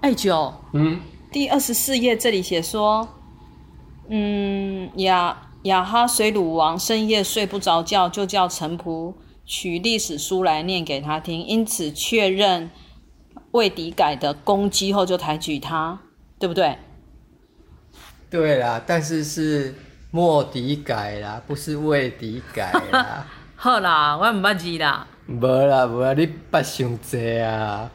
哎九，嗯，第二十四页这里写说，嗯，雅雅哈水鲁王深夜睡不着觉，就叫臣仆取历史书来念给他听，因此确认魏迪改的功绩后，就抬举他，对不对？对啦，但是是莫迪改啦，不是魏迪改啦。 好啦，我唔捌字啦。无啦无啦，你捌想济啊？